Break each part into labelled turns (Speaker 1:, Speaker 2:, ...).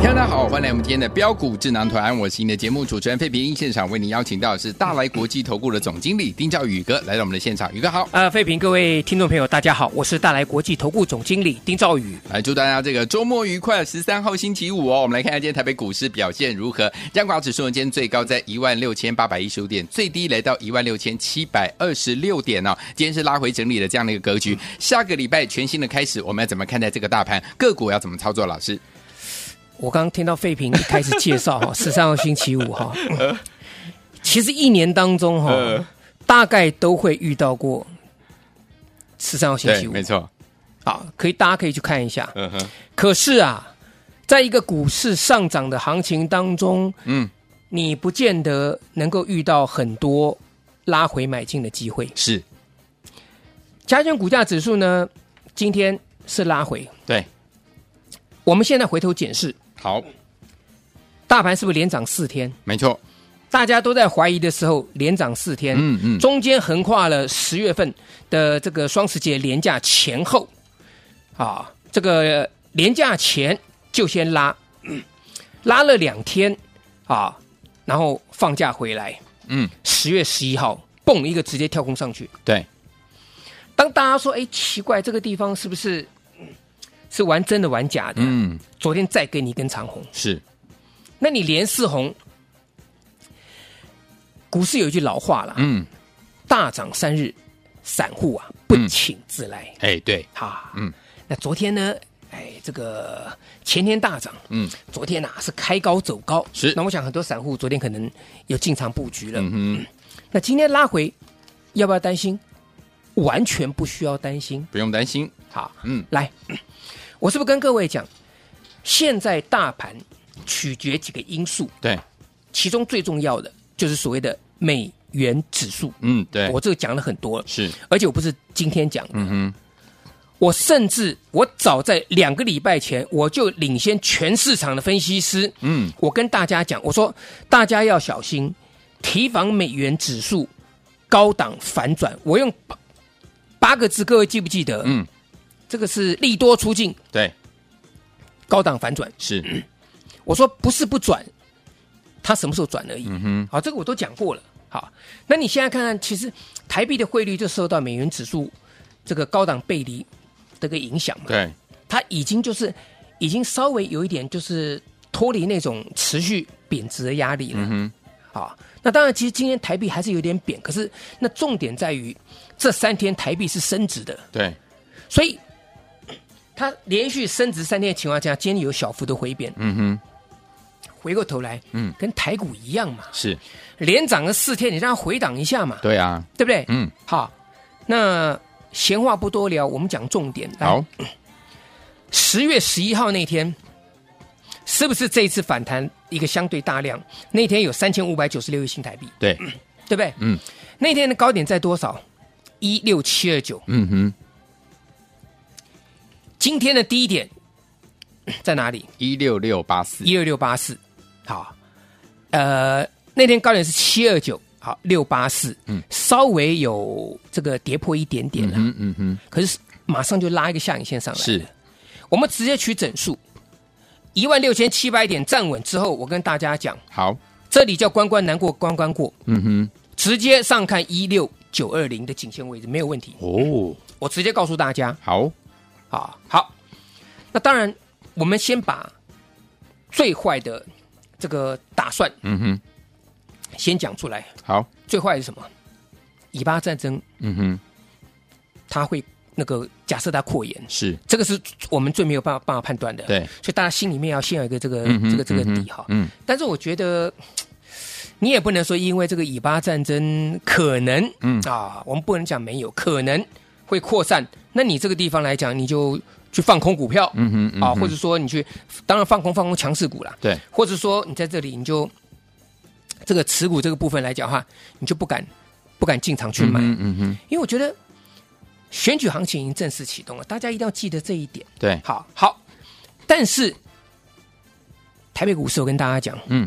Speaker 1: 听众大家好，欢迎来我们今天的标股智囊团，我是你的节目主持人费平。现场为您邀请到的是大来国际投顾的总经理丁兆宇哥来到我们的现场，宇哥好。
Speaker 2: 呃，费平，各位听众朋友，大家好，我是大来国际投顾总经理丁兆宇。
Speaker 1: 来祝大家这个周末愉快，十三号星期五哦。我们来看一下今天台北股市表现如何。央广指数呢，今天最高在一万六千八百一十五点，最低来到一万六千七百二十六点哦。今天是拉回整理的这样的一个格局。下个礼拜全新的开始，我们要怎么看待这个大盘？个股要怎么操作？老师，
Speaker 2: 我刚刚听到费平一开始介 绍哈，十三号星期五哈，
Speaker 1: 呃
Speaker 2: 其实一年当中哈，大概都会遇到过十三号星期五，
Speaker 1: 错，
Speaker 2: 好，可以大家可以去看一下。
Speaker 1: 嗯哼，
Speaker 2: 可是啊，在一个股市上涨的行情当中，
Speaker 1: 嗯，
Speaker 2: 你不见得能够遇到很多拉回买进的机会。
Speaker 1: 是
Speaker 2: 加权股价指数呢，今天是拉回。
Speaker 1: 对，
Speaker 2: 我们现在回头检视，
Speaker 1: 好，
Speaker 2: 大盘是不是连涨四天？
Speaker 1: 没错，
Speaker 2: 大家都在怀疑的时候，连涨四天，
Speaker 1: 嗯嗯
Speaker 2: 中间横跨了十月份的这个双十节连假前后，啊，这个连假前就先拉， 拉了两天，啊，然后放假回来，
Speaker 1: 嗯，
Speaker 2: 十月十一号，蹦一个直接跳空上去。
Speaker 1: 对，
Speaker 2: 当大家说，哎，奇怪，这个地方是不是嗯是玩真的玩假的？
Speaker 1: 嗯，
Speaker 2: 昨天再给你一根长红，
Speaker 1: 是，
Speaker 2: 那你连四红，股市有一句老话啦，
Speaker 1: 嗯，
Speaker 2: 大涨三日，散户啊不请自来、
Speaker 1: 哎，对，
Speaker 2: 哈。
Speaker 1: 嗯，
Speaker 2: 那昨天呢？哎，这个前天大涨，
Speaker 1: 嗯，
Speaker 2: 昨天啊是开高走高，
Speaker 1: 是
Speaker 2: 那我想很多散户昨天可能有进场布局了，
Speaker 1: 嗯哼，
Speaker 2: 那今天拉回，要不要担心？完全不需要担心。
Speaker 1: 不用担心，
Speaker 2: 好，
Speaker 1: 嗯，
Speaker 2: 来，我是不是跟各位讲，现在大盘取决几个因素，
Speaker 1: 对，
Speaker 2: 其中最重要的就是所谓的美元指数。
Speaker 1: 嗯，对，
Speaker 2: 我这个讲了很多了，
Speaker 1: 是，
Speaker 2: 而且我不是今天讲的，
Speaker 1: 嗯哼，
Speaker 2: 我甚至我早在两个礼拜前，我就领先全市场的分析师，
Speaker 1: 嗯，
Speaker 2: 我跟大家讲，我说大家要小心提防美元指数高档反转。我用八八个字，各位记不记得？
Speaker 1: 嗯，
Speaker 2: 这个是利多出尽，
Speaker 1: 对，
Speaker 2: 高档反转。
Speaker 1: 是，
Speaker 2: 我说不是不转，它什么时候转而已。
Speaker 1: 嗯
Speaker 2: 好，这个我都讲过了。好，那你现在看看，其实台币的汇率就受到美元指数这个高档背离的一个影响嘛
Speaker 1: 哼，。对，
Speaker 2: 它已经就是已经稍微有一点就是脱离那种持续贬值的压力了。
Speaker 1: 嗯
Speaker 2: 啊，那当然，其实今天台币还是有点贬，可是那重点在于这三天台币是升值的，
Speaker 1: 哼，对，
Speaker 2: 所以它连续升值三天的情况下，今天有小幅的回贬，
Speaker 1: 嗯哼，
Speaker 2: 回过头来，
Speaker 1: 嗯
Speaker 2: 跟台股一样嘛，
Speaker 1: 是，
Speaker 2: 连涨了四天，你让它回档一下嘛，
Speaker 1: 对啊，
Speaker 2: 对不对？
Speaker 1: 嗯，
Speaker 2: 好，那闲话不多聊，我们讲重点。来
Speaker 1: 好，
Speaker 2: 十月十一号那天，是不是这一次反弹一个相对大量？那天有三千五百九十六亿新台币，
Speaker 1: 对，
Speaker 2: 对不对？
Speaker 1: 嗯，
Speaker 2: 那天的高点在多少？一六七二九。
Speaker 1: 嗯哼，
Speaker 2: 今天的低点在哪里？
Speaker 1: 一六六八四，
Speaker 2: 一二六八四。好，呃，那天高点是七二九，好六八四，
Speaker 1: 嗯，
Speaker 2: 稍微有这个跌破一点点了，
Speaker 1: 嗯嗯哼，
Speaker 2: 可是马上就拉一个下影线上来了。
Speaker 1: 是，
Speaker 2: 我们直接取整数，一万六千七百点站稳之后，我跟大家讲。
Speaker 1: 好，
Speaker 2: 这里叫关关难过关关过，
Speaker 1: 嗯哼，
Speaker 2: 直接上看一六九二零的颈线位置没有问题。
Speaker 1: 哦，
Speaker 2: 我直接告诉大家
Speaker 1: 好，
Speaker 2: 啊，好，那当然我们先把最坏的这个打算
Speaker 1: 嗯哼，
Speaker 2: 先讲出来。
Speaker 1: 好，
Speaker 2: 最坏是什么？以巴战争
Speaker 1: 嗯哼，
Speaker 2: 它会那个假设它扩延，
Speaker 1: 是，
Speaker 2: 这个是我们最没有办法办法判断的。
Speaker 1: 对，
Speaker 2: 所以大家心里面要先有一个这个、
Speaker 1: 嗯哼，
Speaker 2: 这个这个
Speaker 1: 嗯哼
Speaker 2: 底哈。
Speaker 1: 嗯，
Speaker 2: 但是我觉得，你也不能说因为这个以巴战争可能，
Speaker 1: 嗯
Speaker 2: 啊，我们不能讲没有，可能会扩散。那你这个地方来讲，你就去放空股票，
Speaker 1: 嗯哼，嗯哼
Speaker 2: 啊，或者说你去，当然放空放空强势股啦，
Speaker 1: 对，
Speaker 2: 或者说你在这里你就这个持股这个部分来讲哈，你就不敢不敢进场去买，
Speaker 1: 嗯哼嗯哼，
Speaker 2: 因为我觉得选举行情已经正式启动了，大家一定要记得这一点。
Speaker 1: 对，
Speaker 2: 好好，但是台北股市，我跟大家讲，
Speaker 1: 嗯，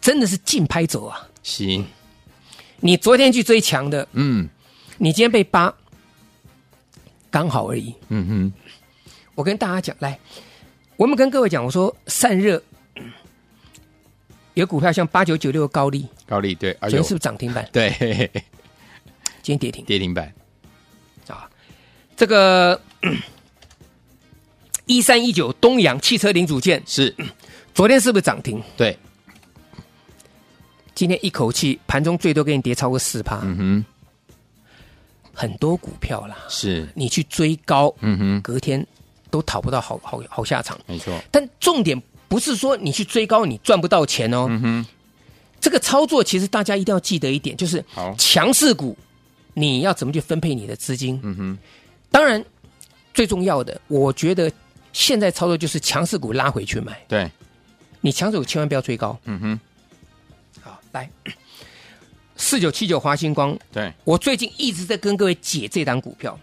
Speaker 2: 真的是竞拍走啊！
Speaker 1: 行，
Speaker 2: 你昨天去追强的，
Speaker 1: 嗯
Speaker 2: 你今天被扒，刚好而已。
Speaker 1: 嗯哼，
Speaker 2: 我跟大家讲，来，我们跟各位讲，我说散热有股票像八九九六的高利，
Speaker 1: 高丽对，哎
Speaker 2: 昨
Speaker 1: 呦
Speaker 2: 天是不是涨停板？
Speaker 1: 对， 嘿嘿嘿
Speaker 2: 今天跌停
Speaker 1: 跌停板，
Speaker 2: 啊！这个嗯一三一九东阳汽车零组件，
Speaker 1: 是
Speaker 2: 昨天是不是涨停？
Speaker 1: 对，
Speaker 2: 今天一口气盘中最多给你跌超过四趴，
Speaker 1: 嗯哼，
Speaker 2: 很多股票啦，
Speaker 1: 是，
Speaker 2: 你去追高，
Speaker 1: 嗯哼，
Speaker 2: 隔天都讨不到好好好下场。
Speaker 1: 没错，
Speaker 2: 但重点不是说你去追高你赚不到钱哦，
Speaker 1: 嗯哼，
Speaker 2: 这个操作其实大家一定要记得一点，就是
Speaker 1: 好
Speaker 2: 强势股你要怎么去分配你的资金。
Speaker 1: 嗯哼，
Speaker 2: 当然，最重要的，我觉得现在操作就是强势股拉回去买，
Speaker 1: 对，
Speaker 2: 你强势股千万不要追高。
Speaker 1: 嗯哼，
Speaker 2: 好，来 四九七九华星光
Speaker 1: 对，
Speaker 2: 我最近一直在跟各位解这档股票。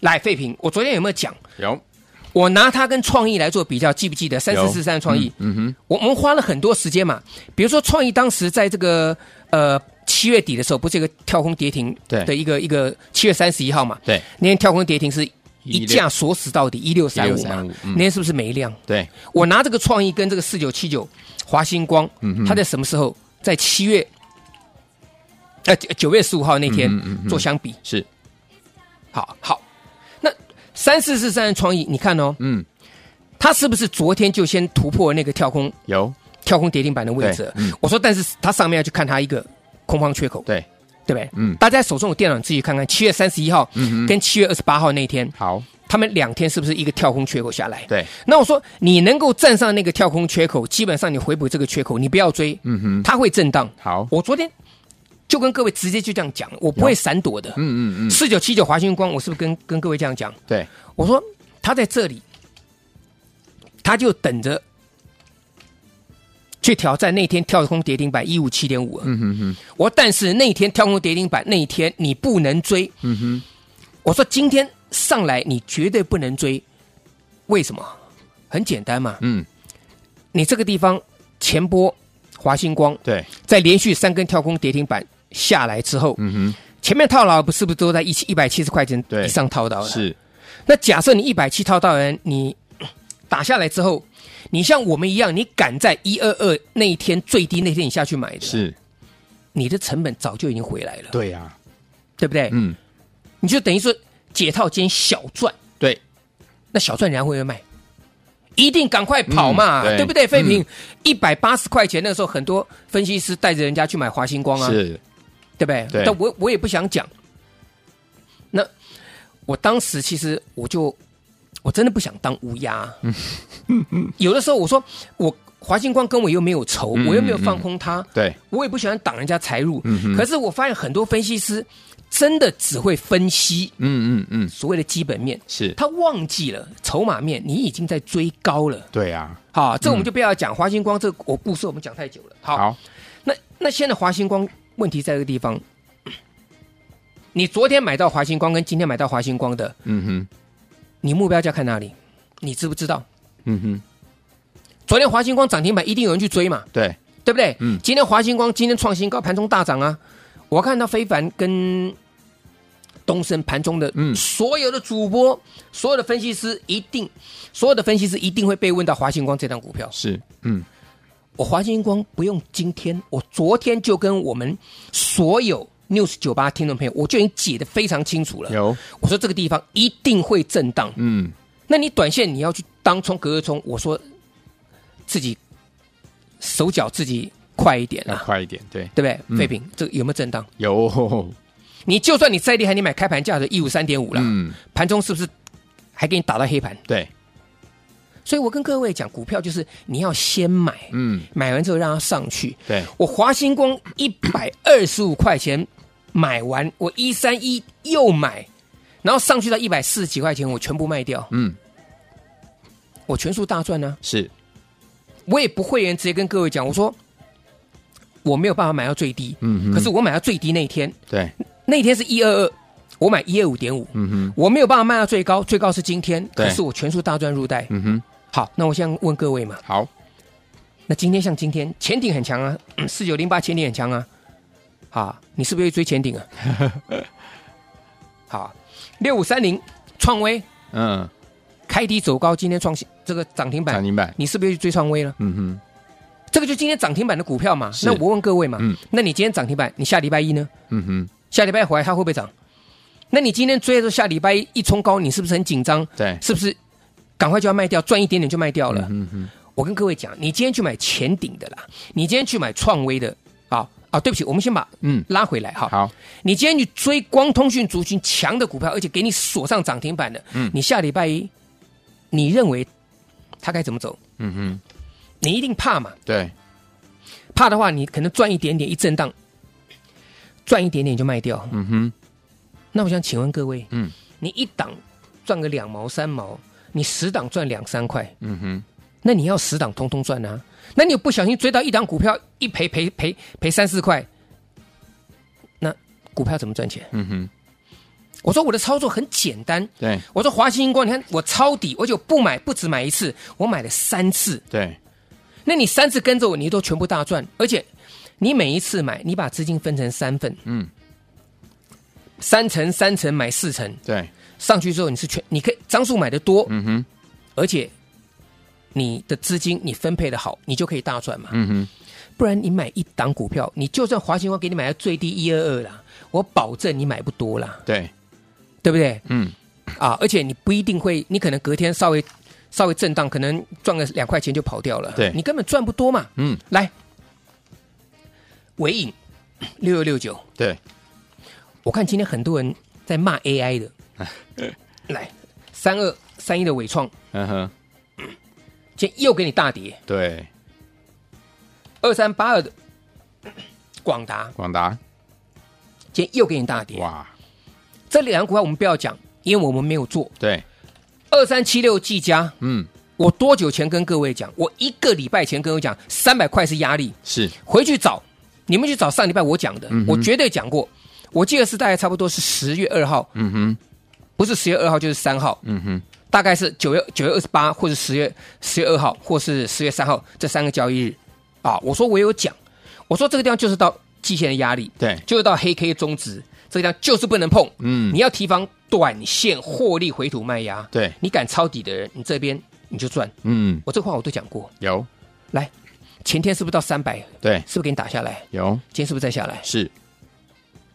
Speaker 2: 来，废品，我昨天有没有讲？
Speaker 1: 有
Speaker 2: 我拿它跟创意来做比较，记不记得三四四三创意？
Speaker 1: 嗯嗯哼，
Speaker 2: 我我们花了很多时间嘛。比如说创意当时在这个呃七月底的时候，不是有个跳空跌停
Speaker 1: 对
Speaker 2: 的一个一个七月三十一号嘛？
Speaker 1: 对
Speaker 2: 那天跳空跌停是
Speaker 1: 16
Speaker 2: 一价锁死到底一六三五嘛
Speaker 1: 1635？嗯
Speaker 2: 那天是不是没量？
Speaker 1: 对，
Speaker 2: 我拿这个创意跟这个四九七九华星光，
Speaker 1: 嗯
Speaker 2: 它在什么时候？在七月，呃九九月十五号那天
Speaker 1: 嗯哼嗯哼
Speaker 2: 做相比，
Speaker 1: 是，
Speaker 2: 好好。那三四四三的创意，你看哦，
Speaker 1: 嗯，
Speaker 2: 它是不是昨天就先突破那个跳空
Speaker 1: 有，
Speaker 2: 跳空跌停板的位置
Speaker 1: 对？嗯
Speaker 2: 我说，但是它上面要去看它一个空方缺口，
Speaker 1: 对，
Speaker 2: 对不对？
Speaker 1: 嗯
Speaker 2: 大家手中有电脑，你自己看看，七月三十一号
Speaker 1: 嗯哼，
Speaker 2: 跟七月二十八号那天，
Speaker 1: 好，
Speaker 2: 他们两天是不是一个跳空缺口下来？
Speaker 1: 对，
Speaker 2: 那我说，你能够站上那个跳空缺口，基本上你回补这个缺口，你不要追，
Speaker 1: 嗯哼，
Speaker 2: 它会震荡。
Speaker 1: 好，
Speaker 2: 我昨天就跟各位直接就这样讲，我不会闪躲的。
Speaker 1: 嗯嗯嗯，
Speaker 2: 四九七九华星光，我是不是跟跟各位这样讲？
Speaker 1: 对，
Speaker 2: 我说他在这里，他就等着去挑战那天跳空跌停板一五七点五。
Speaker 1: 嗯哼哼，
Speaker 2: 我但是那天跳空跌停板那一天你不能追，
Speaker 1: 嗯哼，
Speaker 2: 我说今天上来你绝对不能追，为什么？很简单嘛，
Speaker 1: 嗯，
Speaker 2: 你这个地方前波华星光
Speaker 1: 对，
Speaker 2: 在连续三根跳空跌停板下来之后，
Speaker 1: 嗯哼，
Speaker 2: 前面套牢不是不是都在一一百七十块钱
Speaker 1: 对
Speaker 2: 以上套牢了？
Speaker 1: 是，
Speaker 2: 那假设你一百七套到人，你呃打下来之后，你像我们一样，你赶在一二二那一天最低那天你下去买的，
Speaker 1: 是，
Speaker 2: 你的成本早就已经回来了，
Speaker 1: 对啊呀，
Speaker 2: 对不对？
Speaker 1: 嗯，
Speaker 2: 你就等于说解套兼小赚，
Speaker 1: 对，
Speaker 2: 那小赚人家会不会卖？一定赶快跑嘛，
Speaker 1: 嗯对
Speaker 2: 对不对？废品一百八十块钱那时候，很多分析师带着人家去买华星光啊，
Speaker 1: 是，
Speaker 2: 对不对？
Speaker 1: 对
Speaker 2: 但我我也不想讲。那我当时其实我就我真的不想当乌鸦。 有的时候我说我华星光跟我又没有仇，
Speaker 1: 嗯
Speaker 2: 我又没有放空他，
Speaker 1: 对，
Speaker 2: 我也不喜欢挡人家财路。
Speaker 1: 嗯哼
Speaker 2: 可是我发现很多分析师真的只会分析
Speaker 1: 嗯嗯嗯，
Speaker 2: 所谓的基本面，
Speaker 1: 是，
Speaker 2: 他忘记了筹码面，你已经在追高了。
Speaker 1: 对啊呀，
Speaker 2: 好，这
Speaker 1: 嗯
Speaker 2: 我们就不要讲华星光这个我故事，我们讲太久了。好，
Speaker 1: 好，
Speaker 2: 那那现在华星光问题在这个地方， 你昨天买到华星光跟今天买到华星光的，
Speaker 1: 嗯哼，
Speaker 2: 你目标价看哪里？你知不知道？
Speaker 1: 嗯哼，
Speaker 2: 昨天华星光涨停板一定有人去追嘛，
Speaker 1: 对，
Speaker 2: 对不对？
Speaker 1: 嗯
Speaker 2: 今天华星光今天创新高，盘中大涨啊！我看到非凡跟东升盘中的，
Speaker 1: 嗯
Speaker 2: 所有的主播、所有的分析师一定，所有的分析师一定会被问到华星光这张股票。
Speaker 1: 是，嗯，
Speaker 2: 我华星光不用今天，我昨天就跟我们所有 news 酒吧听众朋友，我就已经解得非常清楚了。
Speaker 1: 有，
Speaker 2: 我说这个地方一定会震荡，
Speaker 1: 嗯，
Speaker 2: 那你短线你要去当冲隔日冲，我说自己手脚自己快一点
Speaker 1: 要
Speaker 2: 啊，
Speaker 1: 快一点，对，
Speaker 2: 对不
Speaker 1: 嗯
Speaker 2: 对？废品、这个有没有震荡？
Speaker 1: 有，
Speaker 2: 你就算你再厉害，你买开盘价的一五三点五了，
Speaker 1: 嗯，
Speaker 2: 盘中是不是还给你打到黑盘？
Speaker 1: 对，
Speaker 2: 所以我跟各位讲，股票就是你要先买，
Speaker 1: 嗯，
Speaker 2: 买完之后让它上去。
Speaker 1: 对
Speaker 2: 我华星光一百二十五块钱买完，我一三一又买，然后上去到一百四十几块钱，我全部卖掉，
Speaker 1: 嗯，
Speaker 2: 我全数大赚呢、
Speaker 1: 是，
Speaker 2: 我也不会员直接跟各位讲，我说我没有办法买到最低，
Speaker 1: 嗯哼
Speaker 2: 可是我买到最低那一天，
Speaker 1: 对，
Speaker 2: 那一天是一二二，我买一二五点五，
Speaker 1: 嗯哼，
Speaker 2: 我没有办法卖到最高，最高是今天，
Speaker 1: 对
Speaker 2: 可是我全数大赚入袋。
Speaker 1: 嗯哼，
Speaker 2: 好，那我想问各位嘛，
Speaker 1: 好，
Speaker 2: 那今天像今天前顶很强啊， 四九零八前顶很强啊，啊，你是不是会追前 顶啊？好，六五三零创威
Speaker 1: 嗯，
Speaker 2: 开低走高，今天创新这个涨停
Speaker 1: 涨
Speaker 2: 板，
Speaker 1: 停板，
Speaker 2: 你是不是去追创威了？
Speaker 1: 嗯哼，
Speaker 2: 这个就今天涨停板的股票嘛。
Speaker 1: 是
Speaker 2: 那我问各位嘛，
Speaker 1: 嗯
Speaker 2: 那你今天涨停板，你下礼拜一呢？
Speaker 1: 嗯哼，
Speaker 2: 下礼拜回来它会不会涨？那你今天追的时候，下礼拜一一冲高，你是不是很紧张？
Speaker 1: 对，
Speaker 2: 是不是赶快就要卖掉，赚一点点就卖掉了？
Speaker 1: 哎嗯哼，
Speaker 2: 我跟各位讲，你今天去买前顶的啦，你今天去买创威的啊啊，对不起，我们先把
Speaker 1: 嗯，
Speaker 2: 拉回来哈。
Speaker 1: 好，
Speaker 2: 你今天去追光通讯族群强的股票，而且给你锁上涨停板的，
Speaker 1: 嗯
Speaker 2: 你下礼拜一，你认为它该怎么走？
Speaker 1: 嗯哼，
Speaker 2: 你一定怕嘛？
Speaker 1: 对，
Speaker 2: 怕的话，你可能赚一点点，一震荡，赚一点点就卖掉。
Speaker 1: 嗯哼，
Speaker 2: 那我想请问各位，
Speaker 1: 嗯
Speaker 2: 你一档赚个两毛三毛，你十档赚两三块，
Speaker 1: 嗯哼，
Speaker 2: 那你要十档通通赚啊？那你有不小心追到一档股票一赔赔赔赔三四块，那股票怎么赚钱？
Speaker 1: 嗯哼，
Speaker 2: 我说我的操作很简单，
Speaker 1: 对，
Speaker 2: 我说华兴光，你看我抄底，我就不买，不止买一次，我买了三次。
Speaker 1: 对，
Speaker 2: 那你三次跟着我，你都全部大赚，而且你每一次买，你把资金分成三份，
Speaker 1: 嗯，
Speaker 2: 三层三层买四层，
Speaker 1: 对，
Speaker 2: 上去之后你是全，你可以张数买的多，
Speaker 1: 嗯哼，
Speaker 2: 而且你的资金你分配的好，你就可以大赚嘛。
Speaker 1: 嗯哼，
Speaker 2: 不然你买一档股票，你就算华兴光给你买到最低一二二啦，我保证你买不多啦，
Speaker 1: 对，
Speaker 2: 对不对？
Speaker 1: 嗯，
Speaker 2: 啊，而且你不一定会，你可能隔天稍微稍微震荡，可能赚个两块钱就跑掉了，
Speaker 1: 对
Speaker 2: 你根本赚不多嘛。
Speaker 1: 嗯，
Speaker 2: 来，尾影六六六九，
Speaker 1: 对，
Speaker 2: 我看今天很多人在骂 AI 的，来三二三一的伟创，
Speaker 1: 嗯哼，
Speaker 2: 今天又给你大跌，
Speaker 1: 对，
Speaker 2: 二三八二的广达，
Speaker 1: 广达，
Speaker 2: 今天又给你大跌。
Speaker 1: 哇，
Speaker 2: 这两个股票我们不要讲，因为我们没有做。
Speaker 1: 对，
Speaker 2: 二三七六技嘉，
Speaker 1: 嗯，
Speaker 2: 我多久前跟各位讲？我一个礼拜前跟我讲，三百块是压力，
Speaker 1: 是，
Speaker 2: 回去找，你们去找上礼拜我讲的，
Speaker 1: 嗯哼
Speaker 2: 我绝对讲过。我记得是大概差不多是十月二号，
Speaker 1: 嗯哼，
Speaker 2: 不是十月二号就是三号，
Speaker 1: 嗯哼，
Speaker 2: 大概是九月九月二十八或者十月十月二号或是十月三号这三个交易日啊。我说我有讲，我说这个地方就是到季线的压力，
Speaker 1: 对，
Speaker 2: 就是到黑 K 中值，这个地方就是不能碰。
Speaker 1: 嗯
Speaker 2: 你，要提防短线获利回吐卖压，
Speaker 1: 对，
Speaker 2: 你敢抄底的人，你这边你就赚。
Speaker 1: 嗯，
Speaker 2: 我这话我都讲过，
Speaker 1: 有，
Speaker 2: 来，前天是不是到三百？
Speaker 1: 对，
Speaker 2: 是不是给你打下来？
Speaker 1: 有，
Speaker 2: 今天是不是再下来？
Speaker 1: 是，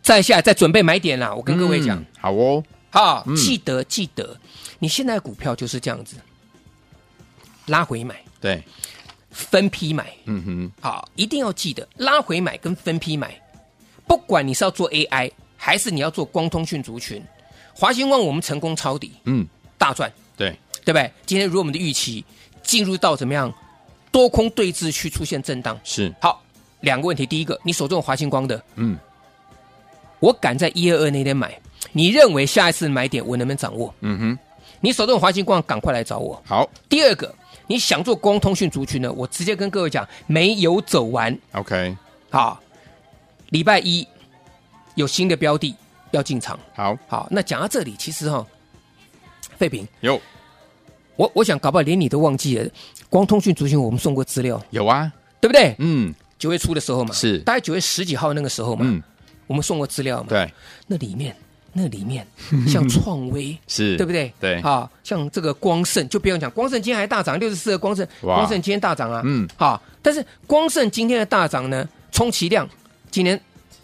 Speaker 2: 再下来，再准备买点啦！我跟各位讲
Speaker 1: 嗯，，好哦，
Speaker 2: 啊，
Speaker 1: 嗯
Speaker 2: 记得记得，你现在的股票就是这样子，拉回买，
Speaker 1: 对，
Speaker 2: 分批买
Speaker 1: 嗯哼，
Speaker 2: 啊，一定要记得拉回买跟分批买，不管你是要做 AI 还是你要做光通讯族群，华星光我们成功抄底
Speaker 1: 嗯，
Speaker 2: 大赚，
Speaker 1: 对，
Speaker 2: 对不对？今天如我们的预期，进入到怎么样多空对峙区出现震荡。
Speaker 1: 是，
Speaker 2: 好，两个问题，第一个，你手中有华星光的，
Speaker 1: 嗯，
Speaker 2: 我敢在一二二那天买，你认为下一次买点我能不能掌握？
Speaker 1: 嗯哼，
Speaker 2: 你手中有华星光，赶快来找我。
Speaker 1: 好
Speaker 2: 第二个，你想做光通讯族群呢，我直接跟各位讲，没有走完
Speaker 1: ，OK，
Speaker 2: 好，礼拜一有新的标的要进场。
Speaker 1: 好，
Speaker 2: 好，那讲到这里，其实哈、废品，
Speaker 1: 有，
Speaker 2: 我我想搞不好连你都忘记了，光通讯族群我们送过资料，
Speaker 1: 有啊，
Speaker 2: 对不对？
Speaker 1: 嗯，
Speaker 2: 九月初的时候嘛，
Speaker 1: 是
Speaker 2: 大概九月十几号那个时候嘛，
Speaker 1: 嗯，
Speaker 2: 我们送过资料嘛，
Speaker 1: 对，
Speaker 2: 那里面那里面像创威。
Speaker 1: 是，嗯
Speaker 2: 对不对？
Speaker 1: 对
Speaker 2: 啊，像这个光盛就不用讲，光盛今天还大涨，六十四个光盛，
Speaker 1: 哇
Speaker 2: 光盛今天大涨啊，
Speaker 1: 嗯，
Speaker 2: 啊，但是光盛今天的大涨呢，充其量今天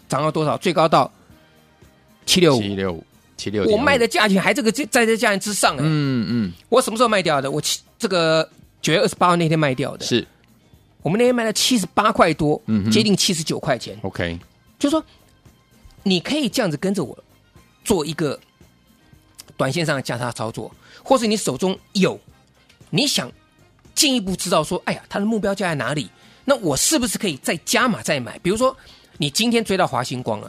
Speaker 2: 涨到多少？最高到七六五，
Speaker 1: 七六五，七六，
Speaker 2: 我卖的，价钱还这个在在这价钱之上哎、
Speaker 1: 嗯嗯，
Speaker 2: 我什么时候卖掉的？我七这个九月二十八号那天卖掉的，
Speaker 1: 是
Speaker 2: 我们那天卖了七十八块多，
Speaker 1: 嗯哼
Speaker 2: 接近七十九块钱，
Speaker 1: ，OK，
Speaker 2: 就说你可以这样子跟着我做一个短线上的价差操作，或是你手中有你想进一步知道说，哎呀，它的目标价在哪里？那我是不是可以再加码再买？比如说，你今天追到华星光了，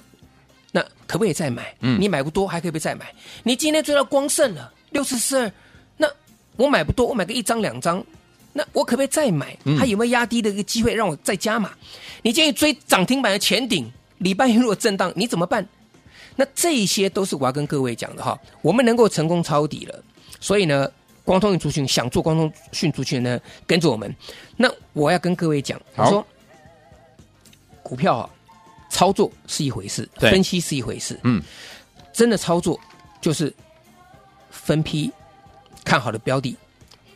Speaker 2: 那可不可以再买？
Speaker 1: 嗯
Speaker 2: 你买不多还可以不可以再买？你今天追到光盛了，六四四二，那我买不多，我买个一张两张，那我可不可以再买？
Speaker 1: 嗯
Speaker 2: 它有没有压低的一个机会让我再加码？你建议追涨停板的前顶，礼拜一如果震荡，你怎么办？那这些都是我要跟各位讲的哈，我们能够成功抄底了，所以呢，光通讯族群想做光通讯族群呢，跟着我们。那我要跟各位讲，我
Speaker 1: 好
Speaker 2: 说股票啊，操作是一回事，
Speaker 1: 对
Speaker 2: 分析是一回事，
Speaker 1: 嗯，
Speaker 2: 真的操作就是分批看好的标的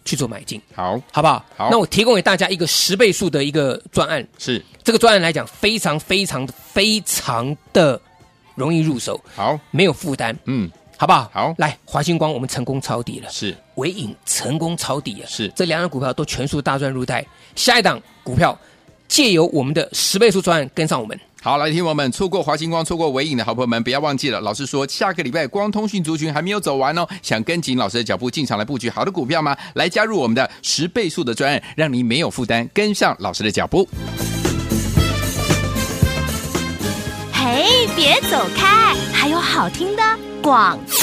Speaker 2: 去做买进，
Speaker 1: 好，
Speaker 2: 好不好？
Speaker 1: 好
Speaker 2: 那我提供给大家一个十倍数的一个专案，
Speaker 1: 是
Speaker 2: 这个专案来讲非常非常非常的容易入手，
Speaker 1: 好，
Speaker 2: 没有负担，
Speaker 1: 嗯，
Speaker 2: 好不好？
Speaker 1: 好
Speaker 2: 来华星光，我们成功抄底了，
Speaker 1: 是
Speaker 2: 伟影成功抄底了，
Speaker 1: 是
Speaker 2: 这两档股票都全数大赚入袋。下一档股票借由我们的十倍数专案跟上我们，
Speaker 1: 好，来，听我们错过华星光、错过伟影的好朋友们，不要忘记了。老师说，下个礼拜光通讯族群还没有走完哦，想跟紧老师的脚步进场来布局好的股票吗？来加入我们的十倍速的专案，让你没有负担，跟上老师的脚步。
Speaker 3: 嘿，别走开，还有好听的广告。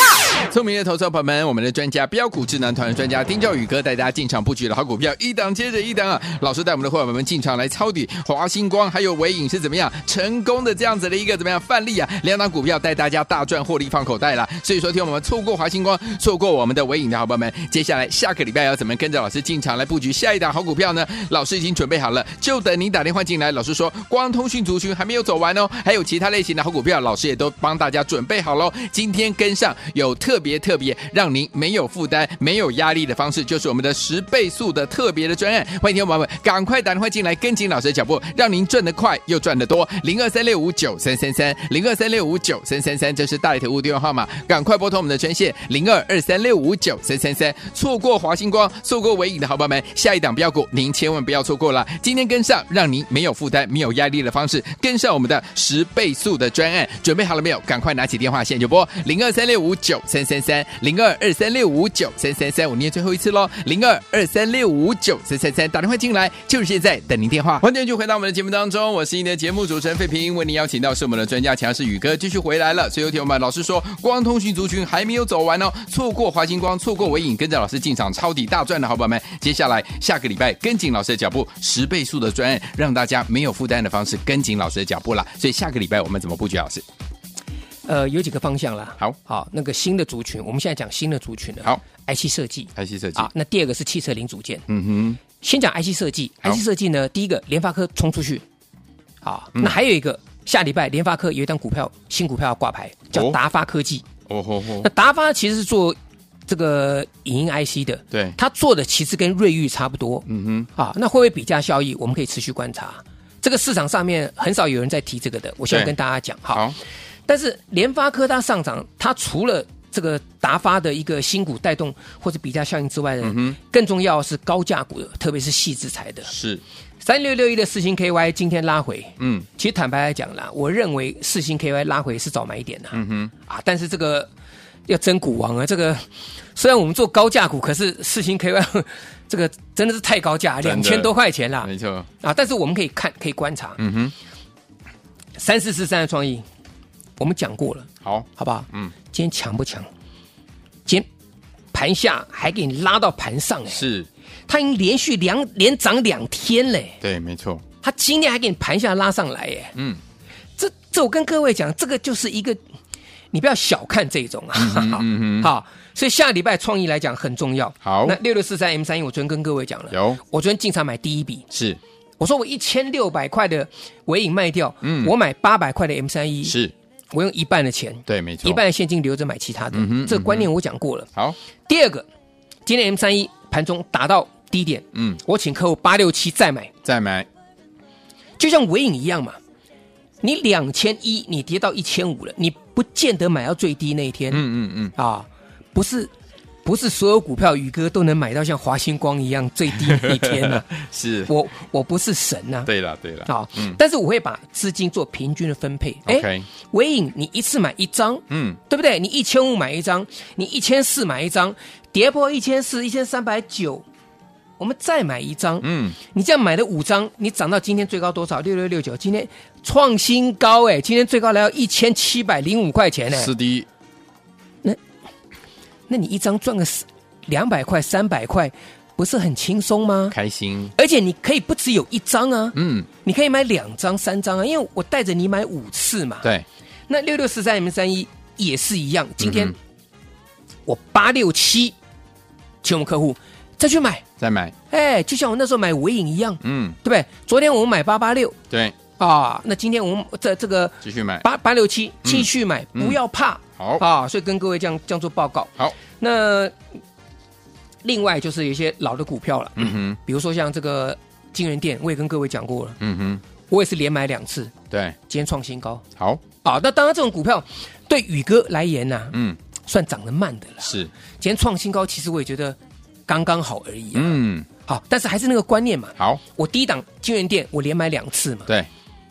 Speaker 1: 聪明的投资者朋友们，我们的专家标股智能团的专家丁兆宇哥带大家进场布局的好股票，一档接着一档啊！老师带我们的会员们进场来抄底华星光，还有伟影是怎么样成功的这样子的一个怎么样范例啊？两档股票带大家大赚获利放口袋啦！所以说，听我们错过华星光、错过我们的伟影的好朋友们，接下来下个礼拜要怎么跟着老师进场来布局下一档好股票呢？老师已经准备好了，就等您打电话进来。老师说，光通讯族群还没有走完哦，还有其他类型的好股票，老师也都帮大家准备好喽。今天跟上有特别特别让您没有负担、没有压力的方式，就是我们的十倍速的特别的专案。欢迎听众朋友们赶快打电话进来，跟紧老师的脚步，让您赚得快又赚得多。零二三六五九三三三，零二三六五九三三三，这是大里头物电话号码，赶快拨通我们的专线零二二三六五九三三三。错过华星光、错过伟影的好朋友们，下一档标股您千万不要错过了。今天跟上，让您没有负担、没有压力的方式，跟上我们的十倍速的专案，准备好了没有？赶快拿起电话，现在就拨零二三六五九三三三零二二三六五九三三三，我念最后一次喽，零二二三六五九三三三，打电话进来就是现在，等您电话。欢迎继续回到我们的节目当中，我是您的节目主持人费平，为您邀请到是我们的专家强势宇哥继续回来了。所以有听我们老师说，光通讯族群还没有走完哦，错过华星光，错过伟影，跟着老师进场抄底大赚的好朋友们，接下来下个礼拜跟紧老师的脚步，十倍速的专案，让大家没有负担的方式跟紧老师的脚步啦。所以下个礼拜我们怎么布局？老师
Speaker 2: 呃，有几个方向啦。
Speaker 1: 好
Speaker 2: 好，那个新的族群，我们现在讲新的族群了。
Speaker 1: 好
Speaker 2: ，IC 设计
Speaker 1: 开心设计，
Speaker 2: 啊，那第二个是汽车零组件。
Speaker 1: 嗯
Speaker 2: 先讲 IC 设计
Speaker 1: 好
Speaker 2: ，IC 设计呢，第一个联发科冲出去，啊，
Speaker 1: 嗯
Speaker 2: 那还有一个下礼拜联发科有一档股票新股票要挂牌，
Speaker 1: 哦
Speaker 2: 叫达发科技。
Speaker 1: 哼，哦吼 吼
Speaker 2: 那，达发其实是做这个影音 IC 的，
Speaker 1: 对
Speaker 2: 它做的其实跟瑞昱差不多，
Speaker 1: 嗯
Speaker 2: 啊，那会不会比价效益？我们可以持续观察。这个市场上面很少有人在提这个的，我想
Speaker 1: 对
Speaker 2: 跟大家讲
Speaker 1: 哼，
Speaker 2: 哈。
Speaker 1: 好，
Speaker 2: 但是联发科它上涨，它除了这个达发的一个新股带动或者比价效应之外呢，
Speaker 1: 嗯哼
Speaker 2: 更重要的是高价股的，特别是细制材的。
Speaker 1: 是，
Speaker 2: 三六六一的四星 KY 今天拉回，
Speaker 1: 嗯，
Speaker 2: 其实坦白来讲啦，我认为四星 KY 拉回是早买点啦，嗯哼，啊，但是这个要争股王啊，这个虽然我们做高价股，可是四星 KY 这个真的是太高价，
Speaker 1: 真
Speaker 2: 两
Speaker 1: 的
Speaker 2: 千多块钱啦，
Speaker 1: 没错，
Speaker 2: 啊，但是我们可以看，可以观察，
Speaker 1: 嗯哼，
Speaker 2: 三四四三的创意，我们讲过了，
Speaker 1: 好，
Speaker 2: 好不好？
Speaker 1: 嗯，
Speaker 2: 今天强不强？今天盘下还给你拉到盘上哎、
Speaker 1: 是，
Speaker 2: 它已经连续两连涨两天嘞、
Speaker 1: 对，没错，
Speaker 2: 它今天还给你盘下拉上来耶。
Speaker 1: 嗯，
Speaker 2: 这这我跟各位讲，这个就是一个，你不要小看这种啊。
Speaker 1: 嗯
Speaker 2: 好，所以下礼拜创意来讲很重要。
Speaker 1: 好
Speaker 2: 那六六四三 M 三一，我昨天跟各位讲了，
Speaker 1: 有
Speaker 2: 我昨天进场买第一笔，
Speaker 1: 是
Speaker 2: 我说我一千六百块的尾影卖掉，
Speaker 1: 嗯
Speaker 2: 我买八百块的 M 三一，
Speaker 1: 是，
Speaker 2: 我用一半的钱，
Speaker 1: 对，没错，
Speaker 2: 一半的现金留着买其他的
Speaker 1: 嗯哼。
Speaker 2: 这个观念我讲过了。
Speaker 1: 好，
Speaker 2: 第二个，今天 M 三一盘中打到低点，
Speaker 1: 嗯，
Speaker 2: 我请客户八六七再买。
Speaker 1: 再买，
Speaker 2: 就像尾影一样嘛，你两千一，你跌到一千五了，你不见得买到最低那一天、
Speaker 1: 嗯嗯嗯，
Speaker 2: 啊，不是。不是所有股票宇哥都能买到像华星光一样最低那一天 呢、
Speaker 1: 嗯是，
Speaker 2: 我我不是神呐、
Speaker 1: 对了对了，
Speaker 2: 啊，
Speaker 1: 嗯
Speaker 2: 但是我会把资金做平均的分配。
Speaker 1: ，OK，
Speaker 2: 尾影你一次买一张，
Speaker 1: 嗯，
Speaker 2: 对不对？你一千五买一张，你一千四买一张，跌破一千四、一千三百九，我们再买一张，
Speaker 1: 嗯，
Speaker 2: 你这样买了五张，你涨到今天最高多少？六六六九，今天创新高哎，今天最高来到一千七百零五块钱呢。
Speaker 1: 是的，
Speaker 2: 那你一张赚个两百块、三百块，不是很轻松吗？
Speaker 1: 开心，
Speaker 2: 而且你可以不只有一张啊，
Speaker 1: 嗯，
Speaker 2: 你可以买两张、三张啊，因为我带着你买五次嘛。
Speaker 1: 对，
Speaker 2: 那六六四三 M 三一也是一样，今
Speaker 1: 嗯
Speaker 2: 天
Speaker 1: 哼
Speaker 2: 我八六七，请我们客户再去买，
Speaker 1: 再买，
Speaker 2: 哎，就像我那时候买尾影一样，
Speaker 1: 嗯，
Speaker 2: 对不对？昨天我们买八八六
Speaker 1: 对，
Speaker 2: 啊，那今天我们在这个
Speaker 1: 继续买，
Speaker 2: 八八六七
Speaker 1: 嗯
Speaker 2: 继续买，
Speaker 1: 嗯
Speaker 2: 不要怕、
Speaker 1: 好，
Speaker 2: 啊。所以跟各位这样这样做报告。
Speaker 1: 好，
Speaker 2: 那另外就是有一些老的股票了，
Speaker 1: 嗯哼，
Speaker 2: 比如说像这个金源店，我也跟各位讲过了，
Speaker 1: 嗯哼，
Speaker 2: 我也是连买两次，
Speaker 1: 对，
Speaker 2: 今天创新高
Speaker 1: 好，
Speaker 2: 啊。那当然这种股票对宇哥来言呐、
Speaker 1: 嗯，
Speaker 2: 算涨得慢的了。
Speaker 1: 是，
Speaker 2: 今天创新高，其实我也觉得刚刚好而已、嗯，
Speaker 1: 嗯，
Speaker 2: 好，但是还是那个观念嘛。
Speaker 1: 好，
Speaker 2: 我第一档金源店，我连买两次嘛。
Speaker 1: 对，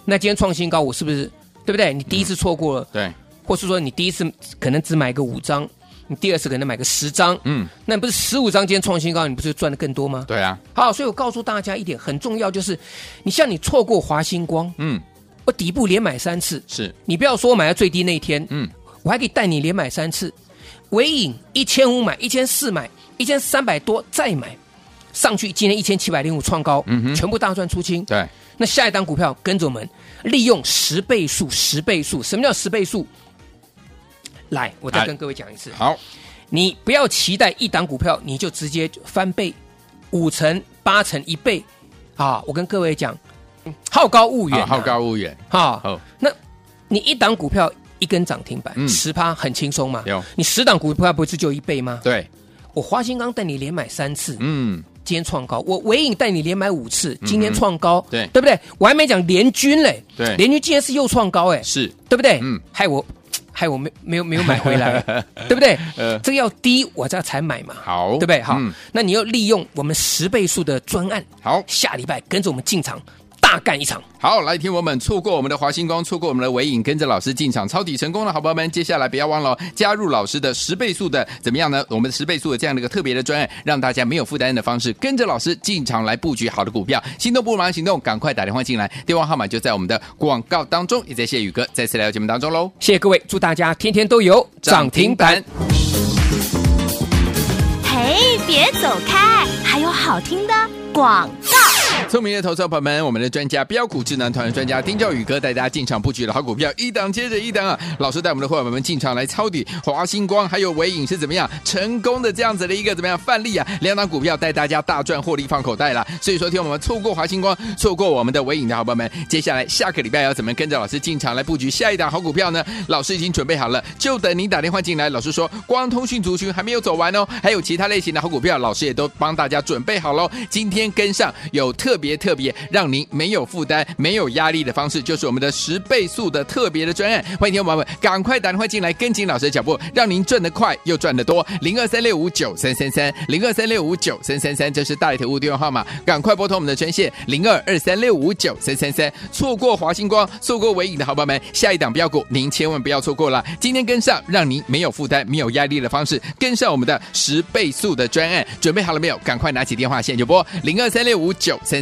Speaker 2: 那今天创新高，我是不是对不对？你第一次
Speaker 1: 嗯
Speaker 2: 错过了，
Speaker 1: 对，
Speaker 2: 或是说你第一次可能只买个五张，你第二次可能买个十张，
Speaker 1: 嗯，
Speaker 2: 那你不是十五张今天创新高，你不是赚的更多吗？
Speaker 1: 对啊，
Speaker 2: 好，所以我告诉大家一点很重要，就是你像你错过华星光，
Speaker 1: 嗯，
Speaker 2: 我底部连买三次，
Speaker 1: 是，
Speaker 2: 你不要说我买到最低那一天，
Speaker 1: 嗯，
Speaker 2: 我还可以带你连买三次，尾影一千五买，一千四买，一千三百多再买，上去今天一千七百零五创高，
Speaker 1: 嗯哼
Speaker 2: 全部大赚出清。
Speaker 1: 对，
Speaker 2: 那下一档股票跟着我们，利用十倍数，十倍数，什么叫十倍数？来，我再
Speaker 1: 哎
Speaker 2: 跟各位讲一次，
Speaker 1: 好，
Speaker 2: 你不要期待一档股票你就直接翻倍，五成、八成、一倍啊！我跟各位讲，好高骛远、啊
Speaker 1: 好，好高骛远，
Speaker 2: 哈、
Speaker 1: 好，
Speaker 2: 那你一档股票一根涨停板，
Speaker 1: 嗯
Speaker 2: 十趴很轻松嘛？
Speaker 1: 有
Speaker 2: 你十档股票不是就一倍吗？
Speaker 1: 对，
Speaker 2: 我华兴刚带你连买三次，
Speaker 1: 嗯，
Speaker 2: 今天创高；我伟影带你连买五次，今天创高，
Speaker 1: 对
Speaker 2: 对不对？我还没讲联军嘞，
Speaker 1: 对
Speaker 2: 联军今天是又创高哎，
Speaker 1: 是，
Speaker 2: 对不对？
Speaker 1: 嗯
Speaker 2: 害我害我没没有没有买回 来，对不对？
Speaker 1: 呃
Speaker 2: 这个要低我这才买嘛，
Speaker 1: 好
Speaker 2: 对不对？好
Speaker 1: 嗯，
Speaker 2: 那你要利用我们十倍数的专案，
Speaker 1: 好，
Speaker 2: 下礼拜跟着我们进场大干一场。
Speaker 1: 好，来，听我们错过我们的华星光，错过我们的尾影，跟着老师进场抄底成功了，好朋友们，接下来不要忘了哦加入老师的十倍速的怎么样呢？我们十倍速的这样的一个特别的专案，让大家没有负担的方式，跟着老师进场来布局好的股票，心动不如马上行动，赶快打电话进来，电话号码就在我们的广告当中，也在谢宇哥再次来到节目当中喽，
Speaker 2: 谢谢各位，祝大家天天都有涨停板。。
Speaker 3: 嘿，别走开，还有好听的广。
Speaker 1: 聪明的投资者朋友们，我们的专家标股智能团专家丁兆宇哥带大家进场布局的好股票，一档接着一档啊！老师带我们的伙伴们进场来抄底，华星光还有伟影是怎么样成功的这样子的一个怎么样范例啊？两档股票带大家大赚获利放口袋啦！所以说，听我们错过华星光、错过我们的伟影的好朋友们，接下来下个礼拜要怎么跟着老师进场来布局下一档好股票呢？老师已经准备好了，就等您打电话进来。老师说，光通讯族群还没有走完哦，还有其他类型的好股票，老师也都帮大家准备好喽。今天跟上有特别特别让您没有负担、没有压力的方式，就是我们的十倍速的特别的专案。欢迎听众朋友们赶快打电话进来，跟紧老师的脚步，让您赚得快又赚得多。零二三六五九三三三，零二三六五九三三三，这是大里头物电话号码，赶快拨通我们的专线零二二三六五九三三三。错过华星光、错过伟影的好朋友们，下一档标股您千万不要错过了。今天跟上，让您没有负担、没有压力的方式，跟上我们的十倍速的专案，准备好了没有？赶快拿起电话，现在就拨零二三六五九三